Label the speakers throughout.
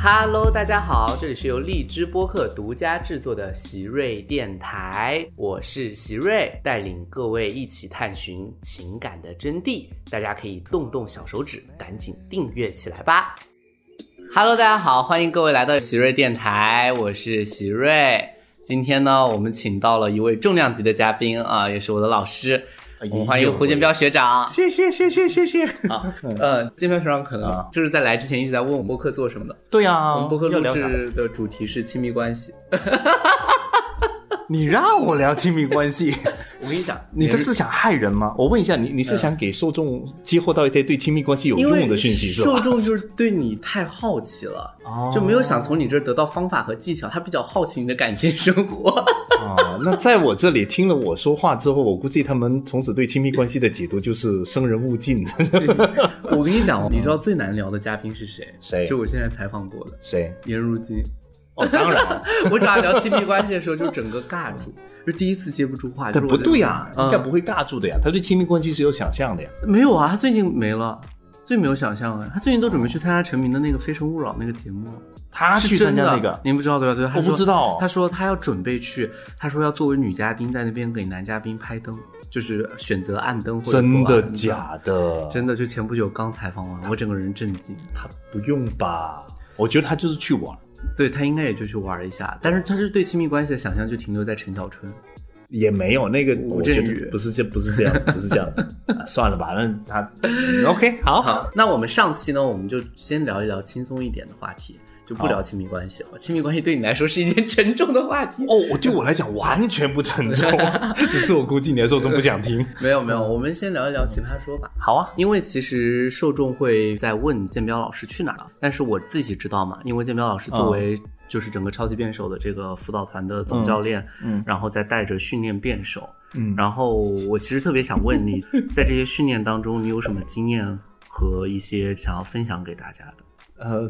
Speaker 1: Hello，大家好，这里是由荔枝播客独家制作的席瑞电台，我是席瑞，带领各位一起探寻情感的真谛。大家可以动动小手指，赶紧订阅起来吧。Hello，大家好，欢迎各位来到席瑞电台，我是席瑞。今天呢，我们请到了一位重量级的嘉宾啊，也是我的老师，我们欢迎胡建彪学长。
Speaker 2: 谢谢谢谢谢谢。
Speaker 1: 啊，呃，建彪学长可能就是在来之前一直在问我们播客做什么的。
Speaker 2: 对呀，
Speaker 1: 我们播客
Speaker 2: 要
Speaker 1: 录
Speaker 2: 聊啥？
Speaker 1: 制的主题是亲密关系。
Speaker 2: 你让我聊亲密关 系，
Speaker 1: 我跟你讲，
Speaker 2: 你这是想害人吗？我问一下，你你是想给受众接获到一些对亲密关系有
Speaker 1: 因为
Speaker 2: 用的讯息是
Speaker 1: 受
Speaker 2: 吧？
Speaker 1: 众就是对你太好奇了，
Speaker 2: 哦
Speaker 1: 就没有想从你这儿得到方法和技巧，他比较好奇你的感情生 活。
Speaker 2: 啊，那在我这里听了我说话之后，我估计他们从此对亲密关系的解读就是生人勿近。
Speaker 1: 我跟你讲，你知道最难聊的嘉宾是谁？
Speaker 2: 谁
Speaker 1: 就我现在采访过的
Speaker 2: 谁？
Speaker 1: 颜如 晶。
Speaker 2: 哦，当 然，
Speaker 1: 我找他聊亲密关系的时候，就整个尬住，就第一次接不住话。
Speaker 2: 但
Speaker 1: 就是
Speaker 2: 不
Speaker 1: 我的
Speaker 2: 对呀、
Speaker 1: 嗯
Speaker 2: 应该不会尬住的呀。他对亲密关系是有想象的呀。
Speaker 1: 没有啊，他最近没了，最近没有想象了。他最近都准备去参加陈明的那个《非诚勿扰》那个节目了。
Speaker 2: 他去
Speaker 1: 是
Speaker 2: 参
Speaker 1: 真
Speaker 2: 加
Speaker 1: 的
Speaker 2: 那个，
Speaker 1: 您不知道对吧？对吧，他
Speaker 2: 我不
Speaker 1: 说
Speaker 2: 知道
Speaker 1: 他说他要准备去，他说要作为女嘉宾在那边给男嘉宾拍灯，就是选择暗灯或者
Speaker 2: 真
Speaker 1: 不
Speaker 2: 的
Speaker 1: 暗灯？
Speaker 2: 假的？
Speaker 1: 真的，就前不久刚采访完，我整个人震惊。
Speaker 2: 他不用吧？我觉得他就是去玩，
Speaker 1: 对他应该也就去玩一下，但是他是对亲密关系的想象就停留在陈小春。
Speaker 2: 也没有那个
Speaker 1: 吴
Speaker 2: 我觉
Speaker 1: 镇宇
Speaker 2: 得不是这不是这 样，不是这样的、啊算了吧，那他嗯 OK 好
Speaker 1: 好，那我们上期呢，我们就先聊一聊轻松一点的话题，就不
Speaker 2: 好
Speaker 1: 聊亲密关系了。亲密关系对你来说是一件沉重的话题。
Speaker 2: 哦，我对我来讲完全不沉重， 只是我估计你的受众不想听。
Speaker 1: 没有没有，我们先聊一聊奇葩说吧。
Speaker 2: 好啊，
Speaker 1: 因为其实受众会在问建彪老师去哪儿了，但是我自己知道嘛，因为建彪老师作为就是整个超级辩手的这个辅导团的总教练，
Speaker 2: 嗯嗯嗯
Speaker 1: 然后再带着训练辩手，
Speaker 2: 嗯
Speaker 1: 然后我其实特别想问你，在这些训练当中，你有什么经验和一些想要分享给大家的？
Speaker 2: 呃，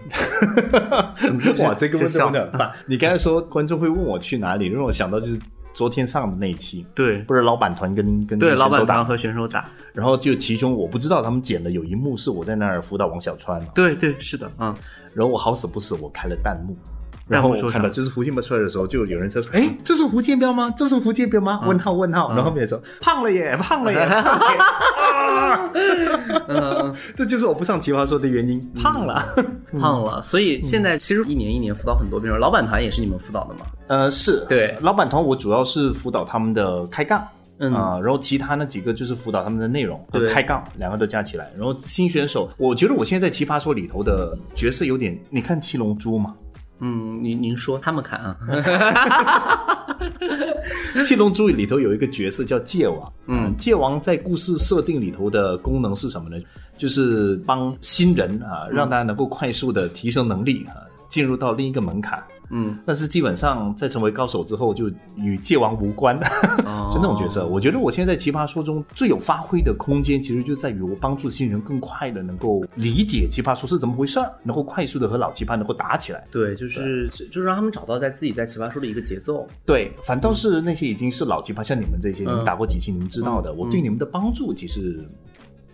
Speaker 1: 是
Speaker 2: 哇，这个问
Speaker 1: 是
Speaker 2: 题
Speaker 1: 笑
Speaker 2: 问的很棒。你刚才说观众会问我去哪里，让我想到就是昨天上的那一期，
Speaker 1: 对
Speaker 2: 不是老板团跟跟
Speaker 1: 对，
Speaker 2: 选手
Speaker 1: 老板
Speaker 2: 打
Speaker 1: 团，和选手打，
Speaker 2: 然后就其中我不知道他们剪的有一幕是我在那儿辅导王小川嘛，
Speaker 1: 对对是的，嗯，
Speaker 2: 然后我好死不死我开了弹幕，
Speaker 1: 弹幕
Speaker 2: 然后
Speaker 1: 说
Speaker 2: 我
Speaker 1: 啥
Speaker 2: 看到就是胡建彪出来的时候，就有人在说：“哎，这是胡建彪吗？这是胡建彪吗？”问号问号，然后后面说：“胖了耶，胖了耶，胖了耶！”啊， 这就是我不上奇葩说的原因，嗯胖了。
Speaker 1: 胖了，所
Speaker 2: 嗯
Speaker 1: 以现在其实一年一年辅导很多，比如说老板团也是你们辅导的嘛，
Speaker 2: 呃，是
Speaker 1: 对
Speaker 2: 老板团，我主要是辅导他们的开杠。
Speaker 1: 嗯
Speaker 2: 啊、然后其他那几个就是辅导他们的内容和
Speaker 1: 对
Speaker 2: 开杠，两个都加起来。然后新选手，我觉得我现在在奇葩说里头的角色有点，你看七龙珠嘛，
Speaker 1: 嗯，您您说他们看啊，
Speaker 2: 《七龙珠》里头有一个角色叫界王，嗯，界王在故事设定里头的功能是什么呢？就是帮新人啊，让大家能够快速的提升能力啊，进入到另一个门槛。
Speaker 1: 嗯，
Speaker 2: 但是基本上在成为高手之后，就与界王无关，
Speaker 1: 哦
Speaker 2: 就那种角色。我觉得我现在在《奇葩说》中最有发挥的空间，其实就在于我帮助新人更快的能够理解《奇葩说》是怎么回事儿，能够快速的和老奇葩能够打起来。
Speaker 1: 对，就是就就让他们找到在自己在奇葩说的一个节奏。
Speaker 2: 对，反倒是那些已经是老奇葩，像你们这些，你们打过几期，你们知道的，我对你们的帮助其实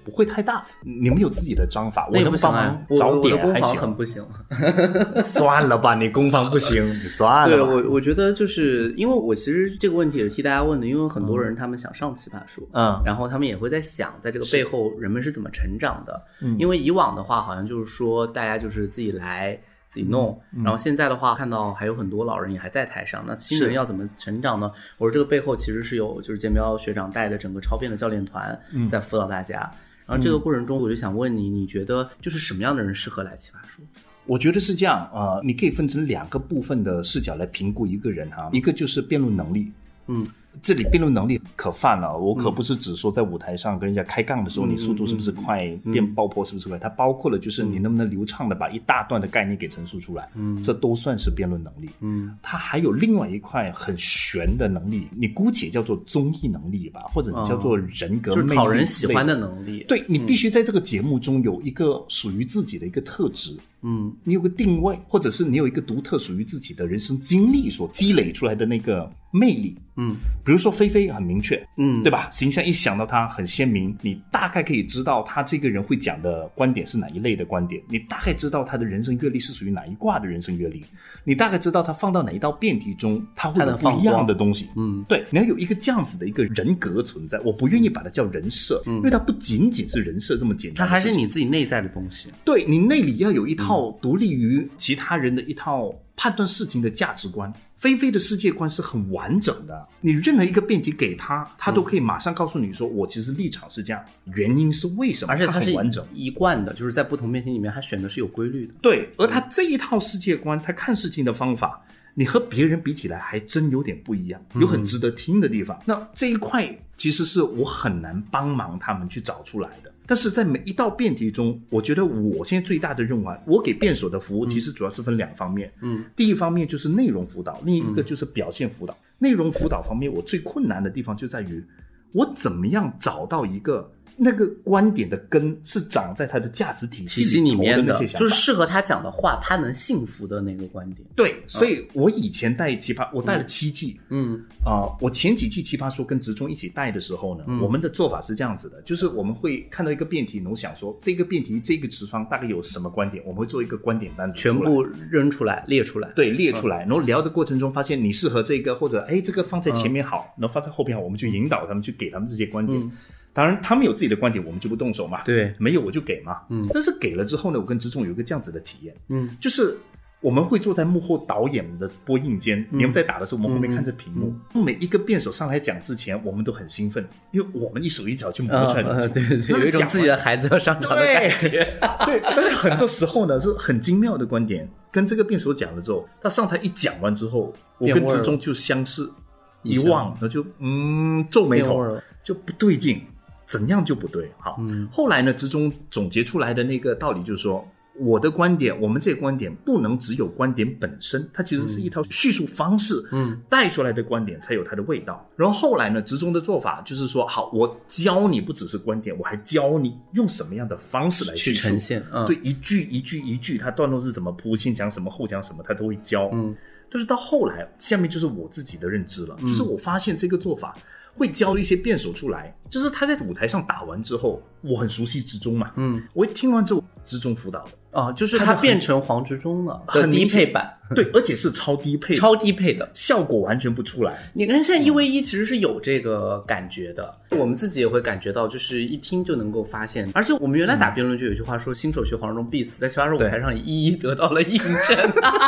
Speaker 2: 不会太大。你们有自己的章法，我
Speaker 1: 那也
Speaker 2: 能
Speaker 1: 不行
Speaker 2: 帮
Speaker 1: 啊
Speaker 2: 忙，
Speaker 1: 我
Speaker 2: 找
Speaker 1: 我的
Speaker 2: 点
Speaker 1: 攻
Speaker 2: 还
Speaker 1: 防
Speaker 2: 行。
Speaker 1: 很不行。
Speaker 2: 算了吧，你攻防不行，你算
Speaker 1: 对
Speaker 2: 了吧。
Speaker 1: 我，我觉得就是因为我其实这个问题也是替大家问的，因为很多人他们想上奇葩说，
Speaker 2: 嗯，
Speaker 1: 然后他们也会在想，在这个背后人们是怎么成长的。
Speaker 2: 嗯
Speaker 1: 因为以往的话，好像就是说大家就是自己来。自己
Speaker 2: 嗯
Speaker 1: 弄，然后现在的话，看到还有很多老人也还在台上，那新人
Speaker 2: 是
Speaker 1: 要怎么成长呢？我说这个背后其实是有就是建彪学长带的整个超变的教练团
Speaker 2: 嗯
Speaker 1: 在辅导大家。然后这个过程中，我就想问你，你觉得就是什么样的人适合来奇葩说？
Speaker 2: 我觉得是这样。呃，你可以分成两个部分的视角来评估一个人哈，一个就是辩论能力，
Speaker 1: 嗯，
Speaker 2: 这里辩论能力可泛了，我可不是只说在舞台上跟人家开杠的时候，
Speaker 1: 嗯
Speaker 2: 你速度是不是快，变爆破是不是快，它包括了
Speaker 1: 嗯
Speaker 2: 就是你能不能流畅的把一大段的概念给陈述出来，嗯，这都算是辩论能力。
Speaker 1: 嗯，
Speaker 2: 它还有另外一块很玄的能力，你姑且叫做综艺能力吧，或者你叫做人格
Speaker 1: 哦就是
Speaker 2: 魅力
Speaker 1: 讨人喜欢
Speaker 2: 之类的。
Speaker 1: 的能力。嗯
Speaker 2: 对你必须在这个节目中有一个属于自己的一个特质，嗯，你有个定位，或者是你有一个独特属于自己的人生经历所积累出来的那个魅力。
Speaker 1: 嗯，
Speaker 2: 比如说菲菲很明确，
Speaker 1: 嗯
Speaker 2: 对吧？形象一想到她很鲜明，你大概可以知道她这个人会讲的观点是哪一类的观点，你大概知道她的人生阅历是属于哪一卦的人生阅历，你大概知道她放到哪一道辩题中，她会
Speaker 1: 她
Speaker 2: 有
Speaker 1: 能
Speaker 2: 不
Speaker 1: 放
Speaker 2: 一样
Speaker 1: 光
Speaker 2: 的东西。
Speaker 1: 嗯
Speaker 2: 对，你要有一个这样子的一个人格存在，我不愿意把它叫人设，因为它不仅仅是人设这么简
Speaker 1: 嗯
Speaker 2: 单
Speaker 1: 它
Speaker 2: 的
Speaker 1: 还
Speaker 2: 事情，
Speaker 1: 是你自己内在的东西。
Speaker 2: 对你内里要有一套
Speaker 1: 嗯
Speaker 2: 独立于其他人的一套判断事情的价值观。菲菲的世界观是很完整的，你任何一个辩题给他，他
Speaker 1: 嗯
Speaker 2: 都可以马上告诉你说，我其实立场是这样，原因是为什么，
Speaker 1: 而且
Speaker 2: 它
Speaker 1: 它
Speaker 2: 很
Speaker 1: 是
Speaker 2: 完整。
Speaker 1: 一贯的，就是在不同面题里面，它选的是有规律的。
Speaker 2: 对，而他这一套世界观，他看事情的方法，你和别人比起来还真有点不一样，
Speaker 1: 嗯
Speaker 2: 有很值得听的地方。那这一块其实是我很难帮忙他们去找出来的。但是在每一道辩题中，我觉得我现在最大的任务啊，我给辩手的服务其实主要是分两方面。
Speaker 1: 嗯，
Speaker 2: 第一方面就是内容辅导，另一个就是表现辅导。内容辅导方面，我最困难的地方就在于，我怎么样找到一个那个观点的根是长在它的价值体
Speaker 1: 体
Speaker 2: 系
Speaker 1: 系里
Speaker 2: 里头的
Speaker 1: 面
Speaker 2: 那
Speaker 1: 的，
Speaker 2: 些想法，
Speaker 1: 就是适合他讲的话，他能信服的那个观点。
Speaker 2: 对，所以我以前带奇葩，我带了七季。
Speaker 1: 啊嗯
Speaker 2: 啊、我前几季奇葩说跟直中一起带的时候呢，
Speaker 1: 嗯
Speaker 2: 我们的做法是这样子的，就是我们会看到一个辩题，然后想说这个辩题这个持方大概有什么观点，我们会做一个观点单独出
Speaker 1: 全
Speaker 2: 来
Speaker 1: 部嗯扔出来，列出来。
Speaker 2: 对列出来，然后聊的过程中发现你适合这个，或者哎这个放在前
Speaker 1: 啊
Speaker 2: 面好，然后放在后边好，我们去引导他们去给他们这些观
Speaker 1: 嗯
Speaker 2: 点。当然，他们有自己的观点，我们就不动手嘛。
Speaker 1: 对
Speaker 2: 没有我就给嘛。
Speaker 1: 嗯，
Speaker 2: 但是给了之后呢，我跟植总有一个这样子的体验，
Speaker 1: 嗯，
Speaker 2: 就是我们会坐在幕后导演的播映间，
Speaker 1: 嗯
Speaker 2: 你们在打的时候，我们后面看着屏幕。每一个辩手上台讲之前，我们都很兴奋，因为我们一手一脚去磨
Speaker 1: 嗯
Speaker 2: 出来的东西、
Speaker 1: 嗯对对
Speaker 2: 那
Speaker 1: 对，
Speaker 2: 么
Speaker 1: 有一种
Speaker 2: 讲
Speaker 1: 自己
Speaker 2: 完哎
Speaker 1: 的孩子要上场的感觉。
Speaker 2: 所以，但是很多时候呢，是很精妙的观点。跟这个辩手讲了之后，他上台一讲完之后，我
Speaker 1: 变味
Speaker 2: 跟
Speaker 1: 儿了
Speaker 2: 志忠就相视
Speaker 1: 一
Speaker 2: 一
Speaker 1: 笑
Speaker 2: 望，然后就嗯皱眉
Speaker 1: 变
Speaker 2: 头
Speaker 1: 味儿了，
Speaker 2: 就不对劲，怎样就不对。好，
Speaker 1: 嗯
Speaker 2: 后来呢，志忠总结出来的那个道理就是说。我的观点，我们这个观点不能只有观点本身，它其实是一套叙述方式，
Speaker 1: 嗯，
Speaker 2: 带出来的观点才有它的味道。然后后来呢，直中的做法就是说，好，我教你不只是观点，我还教你用什么样的方式来
Speaker 1: 去
Speaker 2: 叙述
Speaker 1: 呈现嗯
Speaker 2: 对，一句一句一句，它段落是怎么铺，先讲什么，后讲什么，它都会教。
Speaker 1: 嗯，
Speaker 2: 但是到后来，下面就是我自己的认知了，就是我发现这个做法会教一些辩手出来，就是他在舞台上打完之后，我很熟悉直中嘛，
Speaker 1: 嗯，
Speaker 2: 我一听完之后，直中辅 导的，
Speaker 1: 哦，就是它
Speaker 2: 它的很
Speaker 1: 变成黄执中了的
Speaker 2: 很
Speaker 1: 低
Speaker 2: 明
Speaker 1: 配
Speaker 2: 显
Speaker 1: 版，
Speaker 2: 对，而且是超低配的，
Speaker 1: 超低配的。
Speaker 2: 效果完全不出来。
Speaker 1: 你看
Speaker 2: 嗯
Speaker 1: 现在一 v 一其实是有这个感觉的，我们自己也会感觉到，就是一听就能够发现。而且我们原来打辩论就有一句话说“新手学黄忠必死”，在奇葩说舞
Speaker 2: 嗯对
Speaker 1: 台上也一一得到了印证。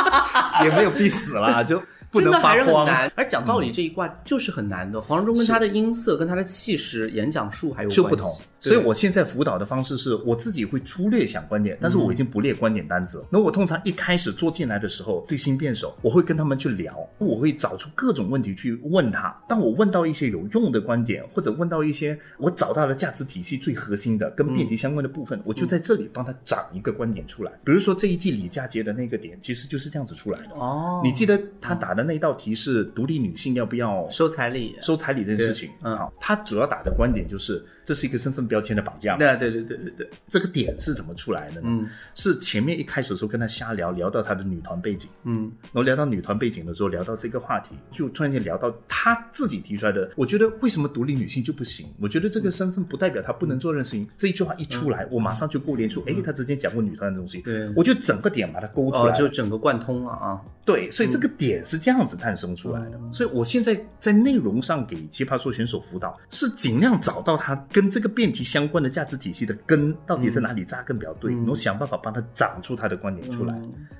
Speaker 2: 也没有必死啦，就不
Speaker 1: 真
Speaker 2: 能
Speaker 1: 的
Speaker 2: 发
Speaker 1: 还是很
Speaker 2: 光，嗯
Speaker 1: 难。而讲道理这一卦就是很难的，黄忠跟他的音色、跟他的气势、演讲术还有
Speaker 2: 就
Speaker 1: 关
Speaker 2: 不
Speaker 1: 系
Speaker 2: 同。
Speaker 1: 对
Speaker 2: 所以我现在辅导的方式是我自己会粗略想观点，但
Speaker 1: 嗯
Speaker 2: 是我已经不列观点单子了。那、我通常一开始做进来的时候，对新辩手，我会跟他们去聊，我会找出各种问题去问他。当我问到一些有用的观点，或者问到一些我找到了价值体系最核心的跟辩题相关的部分，
Speaker 1: 嗯
Speaker 2: 我就在这里帮他长一个观点出来。比如说这一季李佳杰的那个点，其实就是这样子出来的。
Speaker 1: 哦，
Speaker 2: 你记得他打的那道题是独立女性要不要
Speaker 1: 收彩礼，
Speaker 2: 收彩礼这件事情，
Speaker 1: 对嗯
Speaker 2: 好，他主要打的观点就是这是一个身份标签的绑架嘛。
Speaker 1: 对对对对对对，
Speaker 2: 这个点是怎么出来的呢？
Speaker 1: 嗯
Speaker 2: 是前面一开始的时候跟他瞎聊，聊到他的女团背景，
Speaker 1: 嗯
Speaker 2: 然后聊到女团背景的时候，聊到这个话题，就突然间聊到他自己提出来的。我觉得为什么独立女性就不行？我觉得这个身份不代表她不能做任何事
Speaker 1: 嗯
Speaker 2: 情。这一句话一出来，我马上就勾连出，哎，他之前讲过女团的东西，
Speaker 1: 对
Speaker 2: 我就整个点把它勾出
Speaker 1: 哦，
Speaker 2: 来了。
Speaker 1: 就整个贯通了啊。
Speaker 2: 对，所以这个点是这样子诞生出来的。嗯哦所以我现在在内容上给奇葩说选手辅导，是尽量找到他跟这个辩题相关的价值体系的根到底在哪里扎根比较对，然后想办法帮他长出他的观点出来。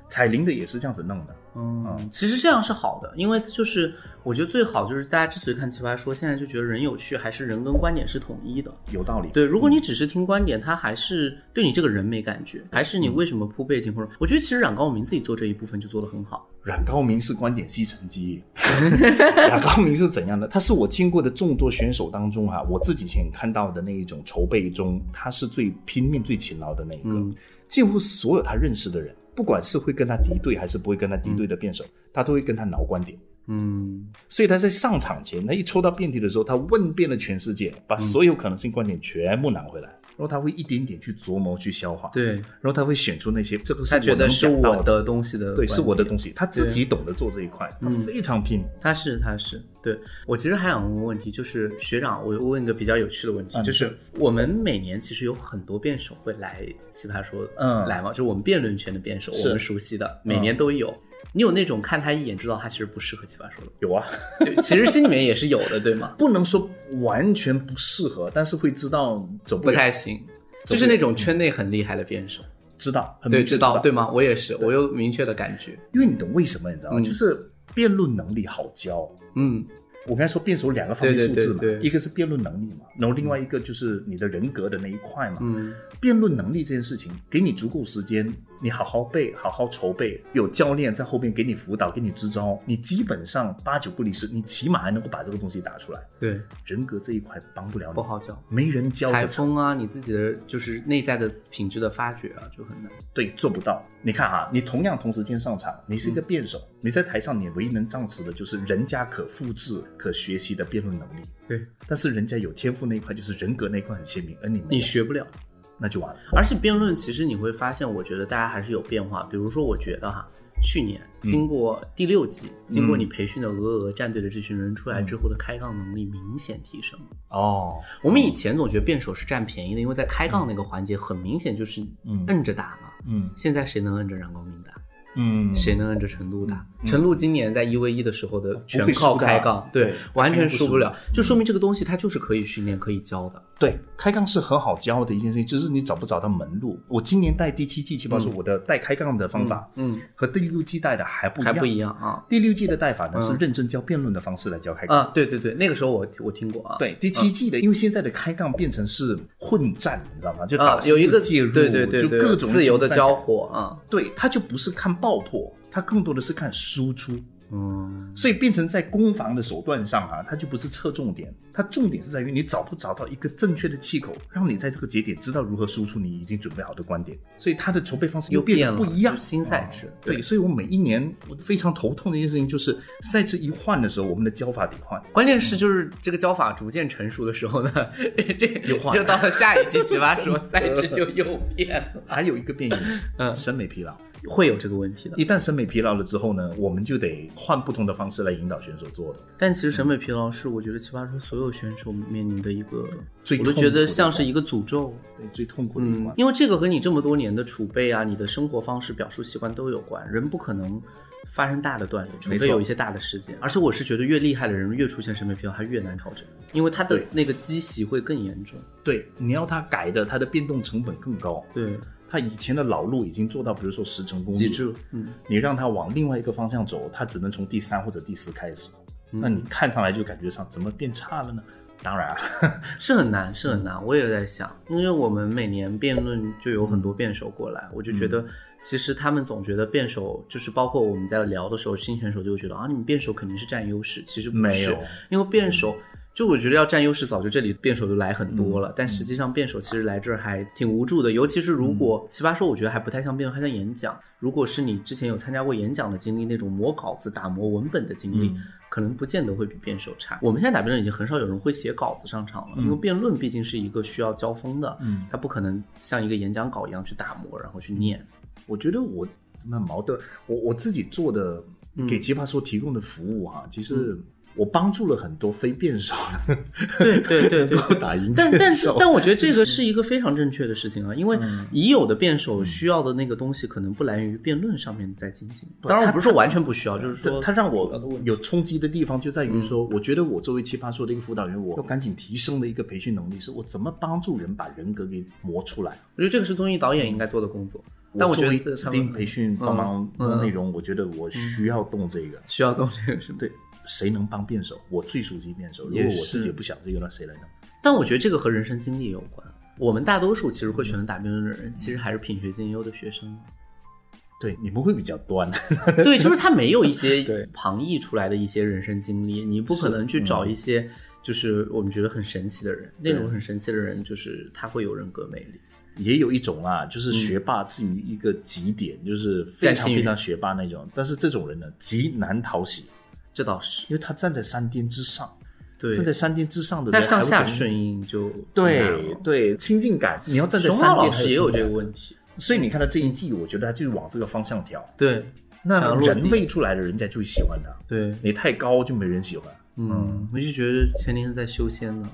Speaker 2: 彩铃的也是这样子弄的，
Speaker 1: 嗯，其实这样是好的，因为就是我觉得最好就是大家之所以看奇葩说，现在就觉得人有趣，还是人跟观点是统一的。
Speaker 2: 有道理。
Speaker 1: 对，如果
Speaker 2: 嗯
Speaker 1: 你只是听观点，他还是对你这个人没感觉，还是你
Speaker 2: 嗯
Speaker 1: 为什么铺背景或者，我觉得其实冉高明自己做这一部分就做得很好。
Speaker 2: 冉高明是观点吸尘机。 冉高明是怎样的？他是我见过的众多选手当中哈、我自己以前看到的那一种筹备中，他是最拼命、最勤劳的那一个。
Speaker 1: 嗯
Speaker 2: 几乎所有他认识的人，不管是会跟他敌对还是不会跟他敌对的辩手，他都会跟他挠观点。
Speaker 1: 嗯，
Speaker 2: 所以他在上
Speaker 1: 嗯
Speaker 2: 场前，他一抽到辩题的时候，他问遍了全世界，把所有可能性观点全部拿回来。后他会一点点去琢磨、去消化，，
Speaker 1: 对，
Speaker 2: 然后他会选出那些这个是
Speaker 1: 他觉
Speaker 2: 我能
Speaker 1: 得是
Speaker 2: 想到
Speaker 1: 我的东西的，
Speaker 2: 对，是我的东西，他自己懂得做这一块，他
Speaker 1: 嗯
Speaker 2: 非常拼。
Speaker 1: 他是他是，对我其实还想问个问题，就是学长，我问一个比较有趣的问题，
Speaker 2: 啊
Speaker 1: 就
Speaker 2: 你
Speaker 1: 是我们每年其实有很多辩手会来奇葩说，
Speaker 2: 嗯
Speaker 1: 来嘛，就是我们辩论圈的辩手，
Speaker 2: 是嗯
Speaker 1: 我们熟悉的，每年都有。你有那种看他一眼知道他其实不适合奇葩说的
Speaker 2: 有啊，
Speaker 1: 吗，就其实心里面也是有的，对吗？
Speaker 2: 不能说完全不适合，但是会知道走不
Speaker 1: 不
Speaker 2: 了
Speaker 1: 太行，就是那种圈内很厉害的辩手，
Speaker 2: 知道，很
Speaker 1: 对，
Speaker 2: 明确
Speaker 1: 知道，对吗？我也是，我有明确的感觉，
Speaker 2: 因为你懂为什么，你知道吗？
Speaker 1: 嗯
Speaker 2: 就是辩论能力好教。
Speaker 1: 嗯，
Speaker 2: 我刚才说辩手两个方面
Speaker 1: 对对
Speaker 2: 素质嘛，
Speaker 1: 对对
Speaker 2: 一个是辩论能力嘛，然后另外一个就是你的人格的那一块嘛。
Speaker 1: 嗯，
Speaker 2: 辩论能力这件事情，给你足够时间，你好好背，好好筹备，有教练在后面给你辅导，给你支招，你基本上八九不离十，你起码还能够把这个东西打出来。
Speaker 1: 对，
Speaker 2: 人格这一块帮不了
Speaker 1: 不
Speaker 2: 你，
Speaker 1: 好讲。
Speaker 2: 没人教
Speaker 1: 台
Speaker 2: 得成，
Speaker 1: 风啊，你自己的就是内在的品质的发掘啊，就很难。
Speaker 2: 对，做不到。你看啊，你同样同时间上场，你是一个辩手，你在台上你唯一能仗持的就是人家可复制、可学习的辩论能力。
Speaker 1: 对，
Speaker 2: 但是人家有天赋那一块，就是人格那一块很鲜明，而你没有
Speaker 1: 你学不了。
Speaker 2: 那就完了。
Speaker 1: 而且辩论其实你会发现，我觉得大家还是有变化。比如说，我觉得哈，去年经过第六季，经过你培训的鹅鹅战队的这群人出来之后的开杠能力明显提升。
Speaker 2: 哦，
Speaker 1: 我们以前总觉得辩手是占便宜的，因为在开杠那个环节很明显就是
Speaker 2: 嗯
Speaker 1: 摁着打嘛。
Speaker 2: 嗯
Speaker 1: 现在谁能摁着冉高明打？
Speaker 2: 嗯，
Speaker 1: 谁能摁着陈露打？陈露今年在一 v 一的时候的全
Speaker 2: 不会
Speaker 1: 靠
Speaker 2: 输的
Speaker 1: 开杠，对
Speaker 2: 对，
Speaker 1: 完全输不嗯了
Speaker 2: 开杠，
Speaker 1: 就说明这个东西它就是可以训练、可以教的。
Speaker 2: 对，开杠是很好教的一件事情，就是你找不找到门路。我今年带第七季，起码说我的带开杠的方法，
Speaker 1: 嗯，
Speaker 2: 和第六季带的还不一
Speaker 1: 还
Speaker 2: 样。
Speaker 1: 不一样啊
Speaker 2: 第六季的带法呢、
Speaker 1: 嗯
Speaker 2: 是认真教辩论的方式来教开杠。
Speaker 1: 啊！对对对，那个时候我我听过啊，
Speaker 2: 对第七季的，因为现在的开杠变成是混战，你知道吗？就
Speaker 1: 啊
Speaker 2: 导，师
Speaker 1: 有一个
Speaker 2: 介入，
Speaker 1: 对对对
Speaker 2: 就
Speaker 1: 对，
Speaker 2: 各种
Speaker 1: 自由的
Speaker 2: 战场
Speaker 1: 交。火啊，
Speaker 2: 对，他就不是看爆破，他更多的是看输出。
Speaker 1: 嗯，
Speaker 2: 所以变成在攻防的手段上啊，它就不是侧重点，它重点是在于你找不找到一个正确的气口，让你在这个节点知道如何输出你已经准备好的观点。所以它的筹备方式
Speaker 1: 又
Speaker 2: 又
Speaker 1: 变
Speaker 2: 变
Speaker 1: 了，嗯
Speaker 2: 得不一样
Speaker 1: 就。新赛制，
Speaker 2: 对，所以我每一年我非常头痛的一件事情就是赛制一换的时候，我们的教法得换。
Speaker 1: 关键是就是这个教法逐渐成熟的时候呢， 这
Speaker 2: 又换
Speaker 1: 就到了下一 季奇葩说赛制就又变了，
Speaker 2: 还有一个变因，
Speaker 1: 嗯
Speaker 2: 审美疲劳。
Speaker 1: 会有这个问题的。
Speaker 2: 一旦审美疲劳了之后呢，我们就得换不同的方式来引导选手做的。
Speaker 1: 但其实
Speaker 2: 嗯
Speaker 1: 审美疲劳是我觉得奇葩说所有选手面临的一个，
Speaker 2: 最
Speaker 1: 我
Speaker 2: 痛
Speaker 1: 都
Speaker 2: 苦
Speaker 1: 觉得
Speaker 2: 的
Speaker 1: 像是一个诅咒。
Speaker 2: 对，最痛苦的一
Speaker 1: 嗯
Speaker 2: 关，。
Speaker 1: 因为这个和你这么多年的储备啊、你的生活方式、表述习惯都有关。人不可能发生大的断裂，除
Speaker 2: 没
Speaker 1: 非
Speaker 2: 错
Speaker 1: 有一些大的事件。而且我是觉得，越厉害的人越出现审美疲劳，他越难调整，因为他的
Speaker 2: 对
Speaker 1: 那个积习会更严重。
Speaker 2: 对，你要它改的，它的变动成本更高。
Speaker 1: 对，
Speaker 2: 他以前的老路已经做到，比如说十成功
Speaker 1: 极致。嗯，
Speaker 2: 你让他往另外一个方向走，他只能从第三或者第四开始。那你看上来就感觉上怎么变差了呢？当然 啊，
Speaker 1: 是很难，是很难。我也在想，因为我们每年辩论就有很多辩手过来，我就觉
Speaker 2: 嗯
Speaker 1: 得其实他们总觉得辩手就是包括我们在聊的时候，新选手就会觉得啊，你们辩手肯定是占优势，其实不是
Speaker 2: 没有
Speaker 1: 因为辩手。就我觉得要占优势，早就这里辩手就来很多了，但实际上辩手其实来这儿还挺无助的，尤其是如果、奇葩说，我觉得还不太像辩论，还像演讲。如果是你之前有参加过演讲的经历，那种磨稿子、打磨文本的经历，
Speaker 2: 嗯
Speaker 1: 可能不见得会比辩手差。我们现在打辩论已经很少有人会写稿子上场了，因为辩论毕竟是一个需要交锋的，
Speaker 2: 嗯
Speaker 1: 他不可能像一个演讲稿一样去打磨，然后去念。
Speaker 2: 我觉得我怎么很矛盾？我我自己做的给奇葩说提供的服务哈、其实我帮助了很多非辩手，
Speaker 1: 对对对对
Speaker 2: 能够 打赢
Speaker 1: 但
Speaker 2: 辩
Speaker 1: 但是
Speaker 2: 手，嗯
Speaker 1: 但我觉得这个是一个非常正确的事情啊，因为已有的辩手需要的那个东西可能不来源于辩论上面在进行。当然，我不是说完全不需要，就是说
Speaker 2: 他让我有冲击的地方就在
Speaker 1: 嗯
Speaker 2: 于说，我觉得我作为奇葩说的一个辅导员，我要赶紧提升的一个培训能力，是我怎么帮助人把人格给磨出来。
Speaker 1: 我觉得这个是综艺导演应该做的工作，但我觉
Speaker 2: 作为
Speaker 1: 得
Speaker 2: 指
Speaker 1: 他
Speaker 2: 定
Speaker 1: 们
Speaker 2: 培训帮忙
Speaker 1: 嗯
Speaker 2: 弄内容，我觉得我需要动这个。
Speaker 1: 需要动这个什么。
Speaker 2: 对，谁能帮辩手？我最熟悉辩手。如果
Speaker 1: 也是
Speaker 2: 我自己也不想这个，那谁来呢？
Speaker 1: 但我觉得这个和人生经历也有关。我们大多数其实会选择打辩论的人，其实还是品学兼优的学 生。
Speaker 2: 对，你们会比较端。
Speaker 1: 对，就是他没有一些
Speaker 2: 对嗯
Speaker 1: 旁逸出来的一些人生经历，你不可能去找一些就是我们觉得很神奇的人，那种很神奇的人就是他会有人格魅力。
Speaker 2: 也有一种啦，就是学霸至于一个极点，就是
Speaker 1: 嗯
Speaker 2: 非
Speaker 1: 占
Speaker 2: 常
Speaker 1: 星
Speaker 2: 非
Speaker 1: 人
Speaker 2: 常学霸那种。但是这种人呢，极难讨喜，
Speaker 1: 这倒是，
Speaker 2: 因为他站在山巅之上，
Speaker 1: 对
Speaker 2: 站在山巅之上的人，
Speaker 1: 但上
Speaker 2: 还
Speaker 1: 下
Speaker 2: 会
Speaker 1: 顺应就很难
Speaker 2: 对
Speaker 1: 了
Speaker 2: 对亲近感，你要站在
Speaker 1: 熊
Speaker 2: 山
Speaker 1: 猫
Speaker 2: 巅
Speaker 1: 老
Speaker 2: 还
Speaker 1: 师也有
Speaker 2: 亲
Speaker 1: 这
Speaker 2: 近
Speaker 1: 个
Speaker 2: 感
Speaker 1: 问题，
Speaker 2: 所以你看到这一季，我觉得他就是往这个方向调。
Speaker 1: 对想要
Speaker 2: 那
Speaker 1: 落地
Speaker 2: 人喂出来的人家就会喜欢他，
Speaker 1: 对，
Speaker 2: 你太高就没人喜欢。
Speaker 1: 嗯，我就觉得前年在修仙呢，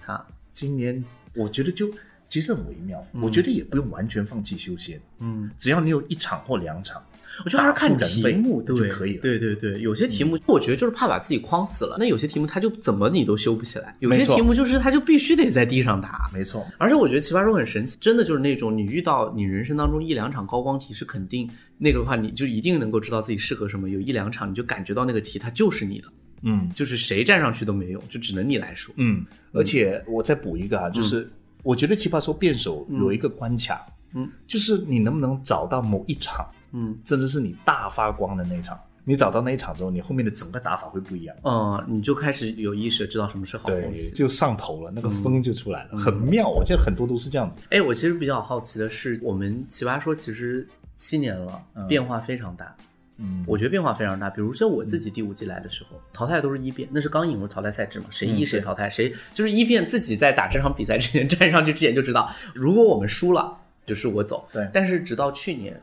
Speaker 1: 他
Speaker 2: 今年我觉得就其实很微妙，我觉得也不用完全放弃修仙，
Speaker 1: 嗯，
Speaker 2: 只要你有一场或两场，
Speaker 1: 我觉得还是看
Speaker 2: 打出
Speaker 1: 题
Speaker 2: 人味
Speaker 1: 目，对
Speaker 2: 就可以了。
Speaker 1: 对对对，有些题目我觉得就是怕把自己框死了，那有些题目它就怎么你都修不起来，有些
Speaker 2: 没错
Speaker 1: 题目就是它就必须得在地上打。
Speaker 2: 没错，
Speaker 1: 而且我觉得奇葩说很神奇，真的就是那种你遇到你人生当中一两场高光题是肯定那个的话，你就一定能够知道自己适合什么，有一两场你就感觉到那个题它就是你的，
Speaker 2: 嗯
Speaker 1: 就是谁站上去都没用，就只能你来说。
Speaker 2: 嗯。而且我再补一个啊，就是我觉得奇葩说辩手有一个关卡，
Speaker 1: 嗯，
Speaker 2: 就是你能不能找到某一场，
Speaker 1: 嗯
Speaker 2: 真的是你大发光的那场。你找到那一场之后，你后面的整个打法会不一样。
Speaker 1: 嗯，你就开始有意识嗯地知道什么是好
Speaker 2: 对
Speaker 1: 东，西。
Speaker 2: 就上头了，那个风就出来了，很妙。我记得很多都是这样子。
Speaker 1: 哎，我其实比较好奇的是，我们奇葩说其实七年了，变化非常大。
Speaker 2: 嗯，
Speaker 1: 我觉得变化非常大。比如像我自己第五季来的时候，淘汰都是一辩，那是刚引入淘汰赛制嘛，谁
Speaker 2: 嗯
Speaker 1: 一谁淘汰，谁就是一辩自己在打这场比赛之前 站上去之前就知道，如果我们输了，就是我走。
Speaker 2: 对
Speaker 1: 但是直到去年，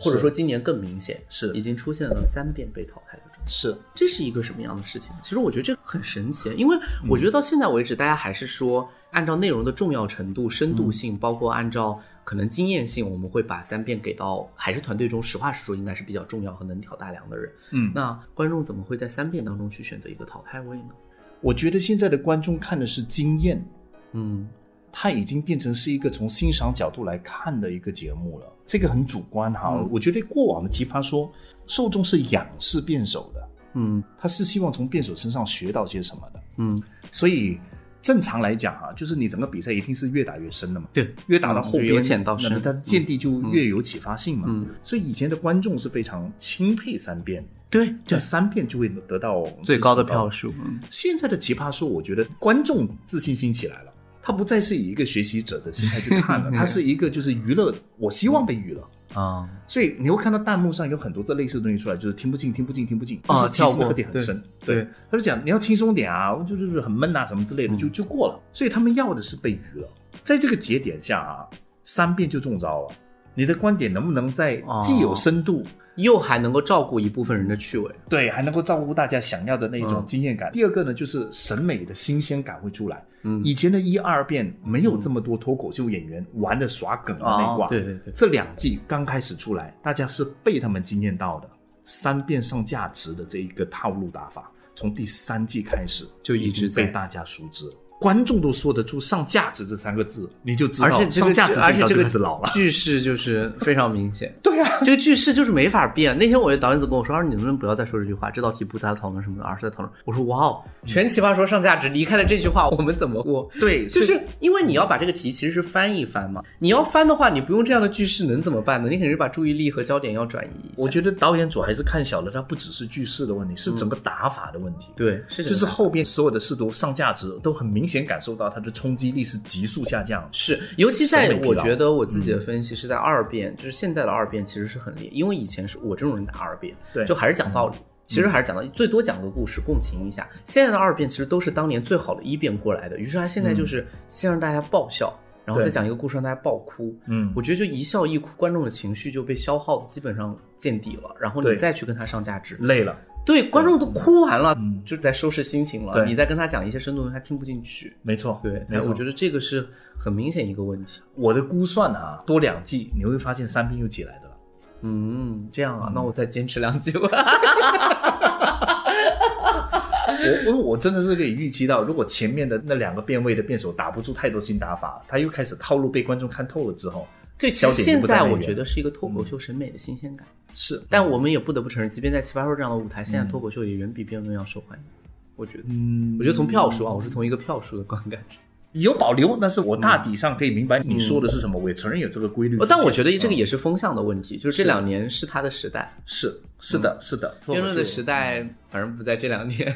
Speaker 1: 或者说今年更明显，
Speaker 2: 是
Speaker 1: 已经出现了三遍被淘汰的状况。
Speaker 2: 是
Speaker 1: 这是一个什么样的事情？其实我觉得这个很神奇，因为我觉得到现在为止，大家还是说按照内容的重要程度、深度性，包括按照可能经验性，我们会把三遍给到还是团队中，实话实说应该是比较重要和能挑大梁的人。
Speaker 2: 嗯
Speaker 1: 那观众怎么会在三遍当中去选择一个淘汰位呢？
Speaker 2: 我觉得现在的观众看的是经验，
Speaker 1: 嗯
Speaker 2: 它已经变成是一个从欣赏角度来看的一个节目了。这个很主观哈，
Speaker 1: 嗯
Speaker 2: 我觉得过往的奇葩说，受众是仰视辩手的，
Speaker 1: 嗯
Speaker 2: 他是希望从辩手身上学到些什么的。
Speaker 1: 嗯，
Speaker 2: 所以正常来讲哈、就是你整个比赛一定是越打越深的嘛。
Speaker 1: 对，
Speaker 2: 越打到后边，
Speaker 1: 嗯由浅到深
Speaker 2: 那么它的见地就越有启发性嘛。
Speaker 1: 嗯
Speaker 2: 所以以前的观众是非常钦佩三辩，
Speaker 1: 对
Speaker 2: 这三辩就会得到
Speaker 1: 最高的票
Speaker 2: 数。
Speaker 1: 数，嗯
Speaker 2: 现在的奇葩说，我觉得观众自信心起来了。他不再是以一个学习者的心态去看 了，他是一个就是娱乐，我希望被娱乐，
Speaker 1: 啊
Speaker 2: 所以你会看到弹幕上有很多这类似的东西出来，就是听不进，听不进，听不进，
Speaker 1: 啊
Speaker 2: 但是其实
Speaker 1: 跳过
Speaker 2: 那个点很深。
Speaker 1: 对对
Speaker 2: 他就讲你要轻松点啊，就就是很闷啊什么之类
Speaker 1: 嗯
Speaker 2: 的，就就过了。所以他们要的是被娱乐。在这个节点下啊，三遍就中招了。你的观点能不能在
Speaker 1: 哦
Speaker 2: 既有深度，
Speaker 1: 又还能够照顾一部分人的趣味。
Speaker 2: 对，还能够照顾大家想要的那种
Speaker 1: 嗯
Speaker 2: 经验感？第二个呢，就是审美的新鲜感会出来。
Speaker 1: 嗯
Speaker 2: 以前的一二遍没有这么多脱口秀演员玩的耍梗的那一挂，
Speaker 1: 哦对对对
Speaker 2: 这两季刚开始出来，大家是被他们惊艳到的。三变上价值的这一个套路打法，从第三季开始
Speaker 1: 就一
Speaker 2: 已
Speaker 1: 直
Speaker 2: 经
Speaker 1: 在
Speaker 2: 被大家熟知了。观众都说得出“上价值”这三个字，你就知道
Speaker 1: 而且这
Speaker 2: 上
Speaker 1: 个
Speaker 2: 价值
Speaker 1: 而且
Speaker 2: 招
Speaker 1: 这
Speaker 2: 就
Speaker 1: 个
Speaker 2: 开始老了。
Speaker 1: 句式就是非常明显。
Speaker 2: 对啊，
Speaker 1: 这个句式就是没法变。那天我的导演组跟我说：“他说你能不能不要再说这句话？这道题不在讨论什么的，而是在讨论。”我说：“哇哦，全奇葩说上价值离开了这句话，我们怎么过？”
Speaker 2: 对，
Speaker 1: 就
Speaker 2: 所以
Speaker 1: 是因为你要把这个题其实是翻一翻嘛，你要翻的话，你不用这样的句式能怎么办呢？你肯定是把注意力和焦点要转移一下。
Speaker 2: 我觉得导演组还是看小了，它不只是句式的问题，是整个打法的问题。
Speaker 1: 对，是
Speaker 2: 就是
Speaker 1: 这样
Speaker 2: 后边所有的试图上价值，都很明显感受到它的冲击力是急速下降。
Speaker 1: 是，尤其在
Speaker 2: 审美疲
Speaker 1: 我
Speaker 2: 劳
Speaker 1: 觉得我自己的分析是在二辩，就是现在的二辩其实是很厉害，因为以前是我这种人打二辩，
Speaker 2: 对嗯
Speaker 1: 就还是讲道理。其实还是讲到最多讲个故事，共情一下。现在的二辩其实都是当年最好的一辩过来的，于是他现在就是先让大家爆笑，然后再
Speaker 2: 嗯对
Speaker 1: 讲一个故事让大家爆哭。
Speaker 2: 嗯
Speaker 1: 我觉得就一笑一哭，观众的情绪就被消耗的基本上见底了，然后你
Speaker 2: 对
Speaker 1: 再去跟他上价值，
Speaker 2: 累了，
Speaker 1: 对，观众都哭完了，
Speaker 2: 嗯
Speaker 1: 就是在收拾心情了。
Speaker 2: 对
Speaker 1: 你再跟他讲一些深度，他听不进去。
Speaker 2: 没错，
Speaker 1: 对，
Speaker 2: 没
Speaker 1: 哎
Speaker 2: 错。
Speaker 1: 我觉得这个是很明显一个问题。
Speaker 2: 我的估算啊，多两季你会发现三遍又起来 的了。
Speaker 1: 嗯，这样啊，那我再坚持两季吧。
Speaker 2: 我我我真的是可以预期到，如果前面的那两个变位的辩手打不出太多新打法，他又开始套路被观众看透了之后，
Speaker 1: 对，其实
Speaker 2: 焦点
Speaker 1: 现
Speaker 2: 就不在
Speaker 1: 在
Speaker 2: 那
Speaker 1: 我
Speaker 2: 边
Speaker 1: 觉得是一个嗯脱口秀审美的新鲜感，
Speaker 2: 是，
Speaker 1: 但我们也不得不承认，即便在奇葩说这样的舞台，现在脱口秀也远比辩论要受欢迎。我觉得，
Speaker 2: 嗯
Speaker 1: 我觉得从票数啊，我是从一个票数的观感。
Speaker 2: 有保留，但是我大体上可以明白你说的是什么，我也承认有这个规律
Speaker 1: 哦
Speaker 2: 之，间。
Speaker 1: 但我觉得这个
Speaker 2: 嗯
Speaker 1: 也是风向的问题，就是这两年是他的时代，
Speaker 2: 是是的，
Speaker 1: 嗯
Speaker 2: 是的，
Speaker 1: 辩论的时
Speaker 2: 代。
Speaker 1: 代反正不在这两年。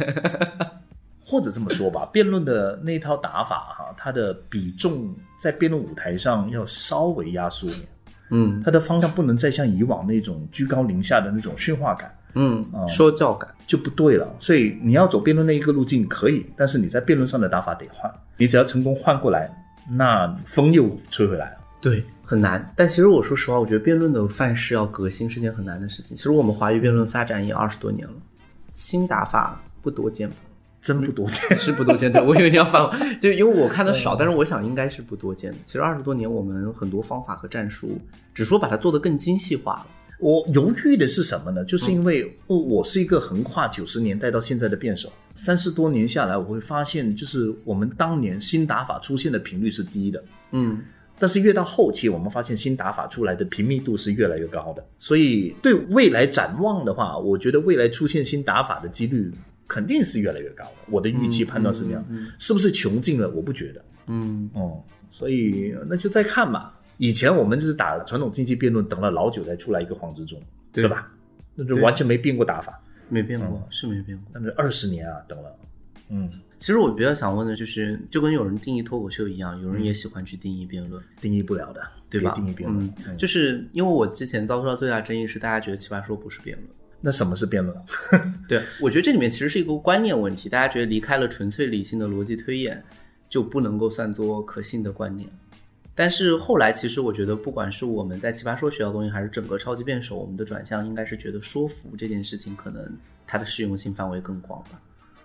Speaker 2: 或者这么说吧，辩论的那一套打法哈、它的比重在辩论舞台上要稍微压缩一点，
Speaker 1: 嗯，
Speaker 2: 它的方向不能再像以往那种居高临下的那种驯化感，
Speaker 3: 嗯，
Speaker 2: 嗯
Speaker 1: 说教感。
Speaker 2: 就不对了。所以你要走辩论那一个路径可以，但是你在辩论上的打法得换，你只要成功换过来，那风又吹回来了。
Speaker 1: 对，很难。但其实我说实话，我觉得辩论的范式要革新是件很难的事情。其实我们华语辩论发展也二十多年了，新打法不多见吧？
Speaker 2: 真不多见，
Speaker 1: 是不多见的。我以为你要反问，就因为我看的少，但是我想应该是不多见的。其实二十多年，我们很多方法和战术，只说把它做得更精细化了。
Speaker 2: 我犹豫的是什么呢？就是因为我我是一个横跨九十年代到现在的辩手，三十多年下来，我会发现，就是我们当年新打法出现的频率是低的，
Speaker 1: 嗯，
Speaker 2: 但是越到后期，我们发现新打法出来的频密度是越来越高的。所以对未来展望的话，我觉得未来出现新打法的几率肯定是越来越高的。我的预期判断是这样，是不是穷尽了？我不觉得。
Speaker 1: 嗯，
Speaker 2: 哦、所以那就再看吧。以前我们就是打传统竞技辩论，等了老久才出来一个黄执中，
Speaker 1: 对
Speaker 2: 是吧？那就完全没变过打法，
Speaker 1: 没变过，是没变过。
Speaker 2: 但是二十年啊，等了，嗯，
Speaker 1: 其实我比较想问的就是，就跟有人定义脱口秀一样，有人也喜欢去定义辩论。
Speaker 2: 定义不了的，
Speaker 1: 对吧
Speaker 2: 别定义辩论，嗯
Speaker 1: 就是因为我之前遭受到最大的争议是，大家觉得奇葩说不是辩论。
Speaker 2: 那什么是辩论？
Speaker 1: 对，我觉得这里面其实是一个观念问题，大家觉得离开了纯粹理性的逻辑推演，就不能够算作可信的观念。但是后来，其实我觉得，不管是我们在奇葩说学到的东西，还是整个超级辩手，我们的转向应该是觉得说服这件事情，可能它的适用性范围更广吧。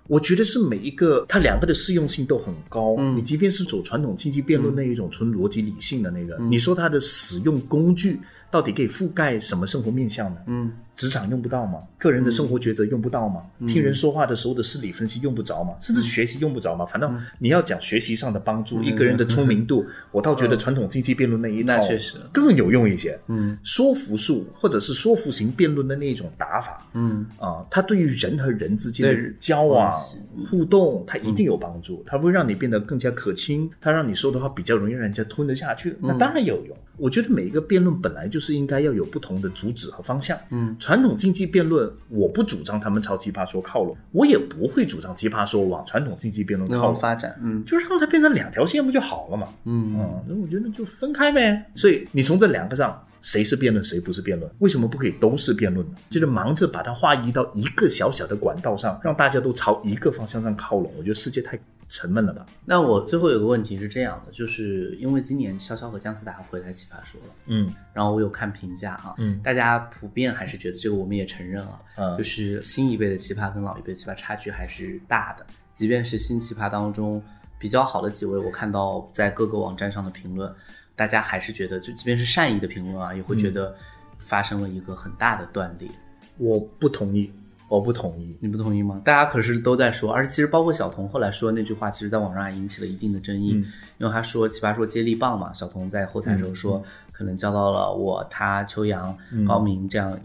Speaker 2: 我觉得是每一个，它两个的适用性都很高。
Speaker 1: 嗯
Speaker 2: 你即便是走传统经济辩论那一种纯逻辑理性的那个，
Speaker 1: 嗯
Speaker 2: 你说它的使用工具到底可以覆盖什么生活面向呢？
Speaker 1: 嗯，
Speaker 2: 职场用不到吗？个人的生活抉择用不到吗？听人说话的时候的事理分析用不着吗？
Speaker 1: 嗯
Speaker 2: 甚至学习用不着吗？反倒你要讲学习上的帮助，一个人的聪明度，我倒觉得传统经济辩论那一套
Speaker 1: 嗯那确实
Speaker 2: 更有用一些。
Speaker 1: 嗯，
Speaker 2: 说服术或者是说服型辩论的那一种打法，
Speaker 1: 嗯，
Speaker 2: 啊，它对于人和人之间的
Speaker 1: 对
Speaker 2: 交往
Speaker 1: 关系、
Speaker 2: 互动，它一定有帮助。它会让你变得更加可亲，它让你说的话比较容易让人家吞得下去，
Speaker 1: 嗯
Speaker 2: 那当然有用。我觉得每一个辩论本来就是应该要有不同的主旨和方向。
Speaker 1: 嗯，
Speaker 2: 传统竞技辩论，我不主张他们朝奇葩说靠拢，我也不会主张奇葩说往传统竞技辩论
Speaker 1: 那
Speaker 2: 靠
Speaker 1: 往
Speaker 2: 拢。
Speaker 1: 发展，嗯
Speaker 2: 就是让它变成两条线不就好了嘛？
Speaker 1: 嗯
Speaker 2: 嗯，那我觉得就分开呗。所以你从这两个上，谁是辩论，谁不是辩论？为什么不可以都是辩论呢？就是忙着把它划移到一个小小的管道上，让大家都朝一个方向上靠拢，我觉得世界太沉闷了吧？
Speaker 1: 那我最后有个问题是这样的，就是因为今年潇潇和姜思达回来奇葩说了，
Speaker 2: 嗯
Speaker 1: 然后我有看评价啊，
Speaker 2: 嗯
Speaker 1: 大家普遍还是觉得这个我们也承认啊，
Speaker 2: 嗯
Speaker 1: 就是新一辈的奇葩跟老一辈的奇葩差距还是大的，即便是新奇葩当中比较好的几位，我看到在各个网站上的评论，大家还是觉得，就即便是善意的评论啊，也会觉得发生了一个很大的断裂。
Speaker 2: 我不同意，我不同意。
Speaker 1: 你不同意吗？大家可是都在说，而且其实包括小童后来说那句话，其实在网上还引起了一定的争议，因为他说奇葩说接力棒嘛，小童在后台的时候说，可能交到了我、他、秋阳、高明这样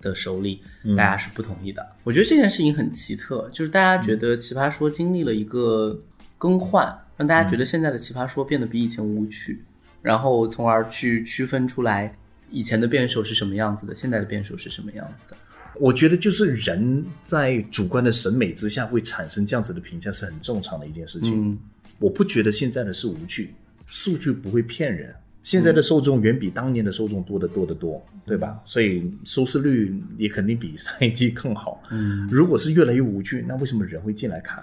Speaker 1: 的手里，大家是不同意的。我觉得这件事情很奇特，就是大家觉得奇葩说经历了一个更换，让大家觉得现在的奇葩说变得比以前无趣，然后从而去区分出来以前的辩手是什么样子的，现在的辩手是什么样子的。
Speaker 2: 我觉得就是人在主观的审美之下会产生这样子的评价是很正常的一件事情。
Speaker 1: 嗯
Speaker 2: 我不觉得现在的是无趣，数据不会骗人。
Speaker 1: 嗯
Speaker 2: 现在的受众远比当年的受众多得多得多，对吧？所以收视率也肯定比上一季更好。
Speaker 1: 嗯
Speaker 2: 如果是越来越无趣，那为什么人会进来看？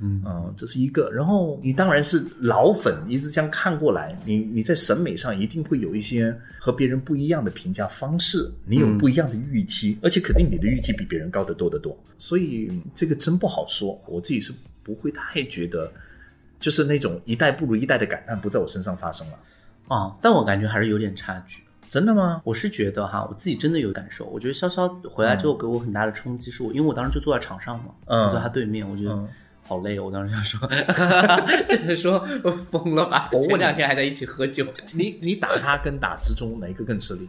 Speaker 1: 嗯
Speaker 2: 呃这是一个。然后你当然是老粉一直这样看过来，你你在审美上一定会有一些和别人不一样的评价方式，你有不一样的预期，而且肯定你的预期比别人高得多得多。所以嗯这个真不好说，我自己是不会太觉得。就是那种一代不如一代的感叹不在我身上发生了，
Speaker 1: 啊，但我感觉还是有点差距。
Speaker 2: 真的吗？
Speaker 1: 我是觉得哈，我自己真的有感受。我觉得潇潇回来之后给我很大的冲击，是我因为我当时就坐在场上嘛，
Speaker 2: 嗯
Speaker 1: 我坐他对面，我觉得
Speaker 2: 嗯
Speaker 1: 好累哦。我当时想说， 就是说我疯了吧？
Speaker 2: 我问你
Speaker 1: 前两天还在一起喝酒，
Speaker 2: 你你打他跟打之中哪一个更吃力？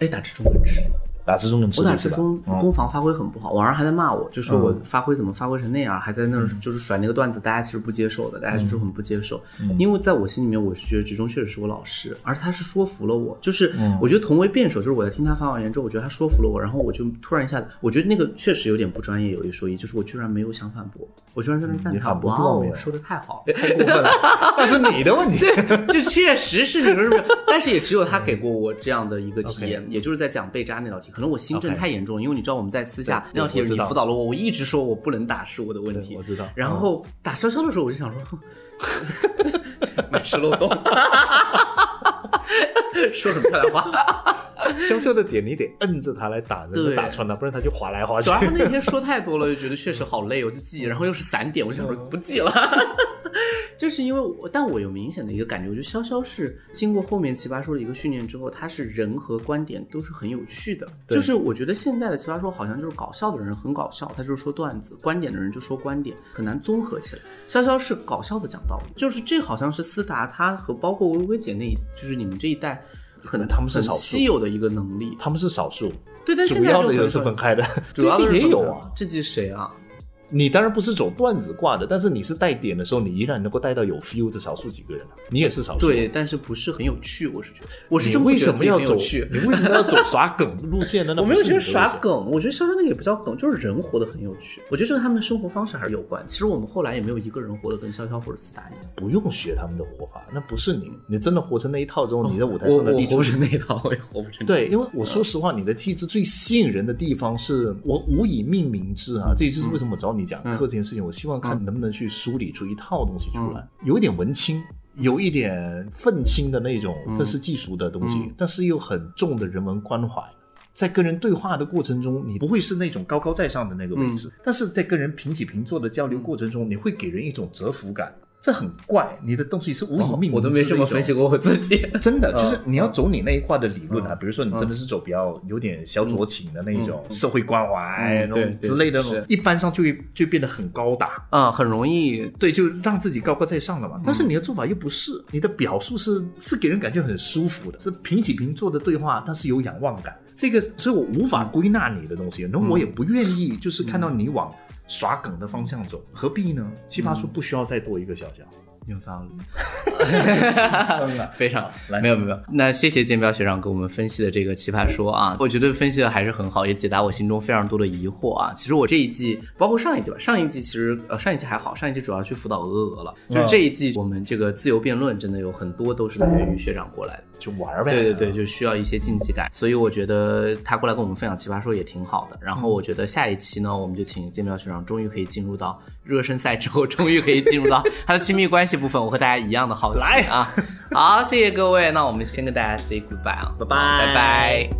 Speaker 1: 哎，打之中很吃力，
Speaker 2: 打之中更吃
Speaker 1: 我
Speaker 2: 力
Speaker 1: 打
Speaker 2: 是
Speaker 1: 之
Speaker 2: 吧
Speaker 1: 中
Speaker 2: 嗯
Speaker 1: 攻防发挥很不好，网上还在骂我，就说我发挥怎么发挥成那样，还在那儿
Speaker 2: 嗯
Speaker 1: 就是甩那个段子，大家其实不接受的，大家就是很不接受。
Speaker 2: 嗯
Speaker 1: 因为在我心里面，我是觉得直中确实是我老师，而他是说服了我，就是
Speaker 2: 嗯
Speaker 1: 我觉得同为辩手，就是我在听他发完言之后，我觉得他说服了我，然后我就突然一下子，我觉得那个确实有点不专业，有一说一，就是我居然没有想反驳，我居然在那赞
Speaker 2: 嗯你
Speaker 1: 叹
Speaker 2: 反，驳
Speaker 1: 哇
Speaker 2: 过
Speaker 1: 哦
Speaker 2: 没有，
Speaker 1: 说的太好了。
Speaker 2: 太过分了， 那是你的问题。
Speaker 1: 这确实是你说是不是？但是也只有他给过我这样的一个体验，也就是在讲贝扎那道题，可可能我心症
Speaker 2: 嗯 OK
Speaker 1: 太严重了，因为你知道我们在私下
Speaker 2: 对对
Speaker 1: 那道题
Speaker 2: 我知
Speaker 1: 你
Speaker 2: 道
Speaker 1: 辅导了我，我一直说我不能打是我的问
Speaker 2: 对
Speaker 1: 题
Speaker 2: 我。知道。嗯
Speaker 1: 然后打潇潇的时候，我就想 说， 满是漏洞，说很漂亮话。
Speaker 2: 潇潇的点你得摁着他来打，然后
Speaker 1: 对
Speaker 2: 打穿他，不然他就滑来滑去
Speaker 1: 主。要他那天说太多了，就觉得确实好累，我就记，然后又是散点，我就想说
Speaker 2: 嗯
Speaker 1: 不记了。 就是因为我，但我有明显的一个感觉，我觉得潇潇是经过后面奇葩说的一个训练之后，他是人和观点都是很有趣的。
Speaker 2: 对
Speaker 1: 就是我觉得现在的奇葩说好像就是搞笑的人很搞笑，他就是说段子；观点的人就说观点，很难综合起来。潇潇是搞笑的讲道理，就是这好像是思达他和包括薇薇姐那一，就是你们这一代很
Speaker 2: 他们是
Speaker 1: 很
Speaker 2: 少数
Speaker 1: 稀有的一个能力。
Speaker 2: 他们是少数，
Speaker 1: 对，但现
Speaker 2: 主
Speaker 1: 在
Speaker 2: 要
Speaker 1: 就
Speaker 2: 的
Speaker 1: 很
Speaker 2: 人是
Speaker 1: 少
Speaker 2: 分开 的，
Speaker 1: 主要
Speaker 2: 这
Speaker 1: 的
Speaker 2: 些
Speaker 1: 是分
Speaker 2: 也有
Speaker 1: 开
Speaker 2: 啊。
Speaker 1: 这集谁啊？
Speaker 2: 你当然不是走段子挂的，但是你是带点的时候，你依然能够带到有 feel 的少数几个人啊，你也是少数。
Speaker 1: 对，，但是不是很有趣，我是觉得，我是
Speaker 2: 你
Speaker 1: 真不
Speaker 2: 为
Speaker 1: 觉得
Speaker 2: 什
Speaker 1: 自
Speaker 2: 么
Speaker 1: 己
Speaker 2: 要
Speaker 1: 很有
Speaker 2: 走？
Speaker 1: 趣。
Speaker 2: 你为什么要走耍梗路 线呢？那
Speaker 1: 我
Speaker 2: 不
Speaker 1: 没有
Speaker 2: 是
Speaker 1: 觉得
Speaker 2: 你的啊
Speaker 1: 耍
Speaker 2: 路线。
Speaker 1: 梗，我觉得潇潇那个也不叫梗，就是人活得很有趣。我觉得这跟他们的生活方式还是有关。其实我们后来也没有一个人活得跟潇潇或者斯达一样。
Speaker 2: 不用学他们的活法，那不是你，你真的活成那一套之后，你在舞台
Speaker 1: 哦我
Speaker 2: 上的
Speaker 1: 我
Speaker 2: 立
Speaker 1: 活
Speaker 2: 足
Speaker 1: 不成那一套，我也活不成。，
Speaker 2: 对，因为我
Speaker 1: 嗯
Speaker 2: 说实话，你的气质最吸引人的地方是我无以命名之啊，这也
Speaker 1: 嗯
Speaker 2: 就是为什么我找你讲课这件事情，我希望看能不能去梳理出一套东西
Speaker 1: 嗯
Speaker 2: 出来，有一点文青。有一点愤青的那种
Speaker 1: 嗯
Speaker 2: 愤世嫉俗的东西，但是又很重的人文关怀。在跟人对话的过程中，你不会是那种高高在上的那个位置，
Speaker 1: 嗯
Speaker 2: 但是在跟人平起平坐的交流过程中，你会给人一种折服感，这很怪。你的东西是无以命
Speaker 1: 我
Speaker 2: 名之的一种、
Speaker 1: 都没这么分析过我自己。
Speaker 2: 真的
Speaker 1: 嗯
Speaker 2: 就是你要走你那一块的理论啊，比如说你真的是走比较有点小酌情的那一种社会关怀啊
Speaker 1: 嗯
Speaker 2: 那
Speaker 1: 对
Speaker 2: 种
Speaker 1: 对
Speaker 2: 之类的那种
Speaker 1: 是，
Speaker 2: 一般上就会就变得很高大。
Speaker 1: 啊，很容易。
Speaker 2: 对，就让自己高高在上了
Speaker 1: 嗯
Speaker 2: 嘛。但是你的做法又不是，你的表述是是给人感觉很舒服的，是平起平坐的对话，但是有仰望感。这个是我无法归纳你的东西，
Speaker 1: 嗯
Speaker 2: 那我也不愿意，就是看到你往耍梗的方向走，何必呢？奇葩说
Speaker 1: 嗯
Speaker 2: 不需要再多一个小小。
Speaker 1: 有道理，
Speaker 2: 真 的啊
Speaker 1: 非常
Speaker 2: 来
Speaker 1: 没有没有没有。那谢谢建彪学长给我们分析的这个奇葩说啊，我觉得分析的还是很好，也解答我心中非常多的疑惑啊。其实我这一季，包括上一季吧，上一季其实呃上一季还好，上一季主要去辅导鹅鹅了，就是这一季我们这个自由辩论真的有很多都是来源于学长过来的。
Speaker 2: 就玩儿呗。
Speaker 1: 对对对，就需要一些竞技感，所以我觉得他过来跟我们分享奇葩说也挺好的。然后我觉得下一期呢，我们就请建彪学长，终于可以进入到热身赛之后， 终于可以进入到他的亲密关系部分，我和大家一样的好奇啊。好，谢谢各位，那我们先跟大家 say goodbye 啊，
Speaker 2: 拜拜
Speaker 1: 拜拜。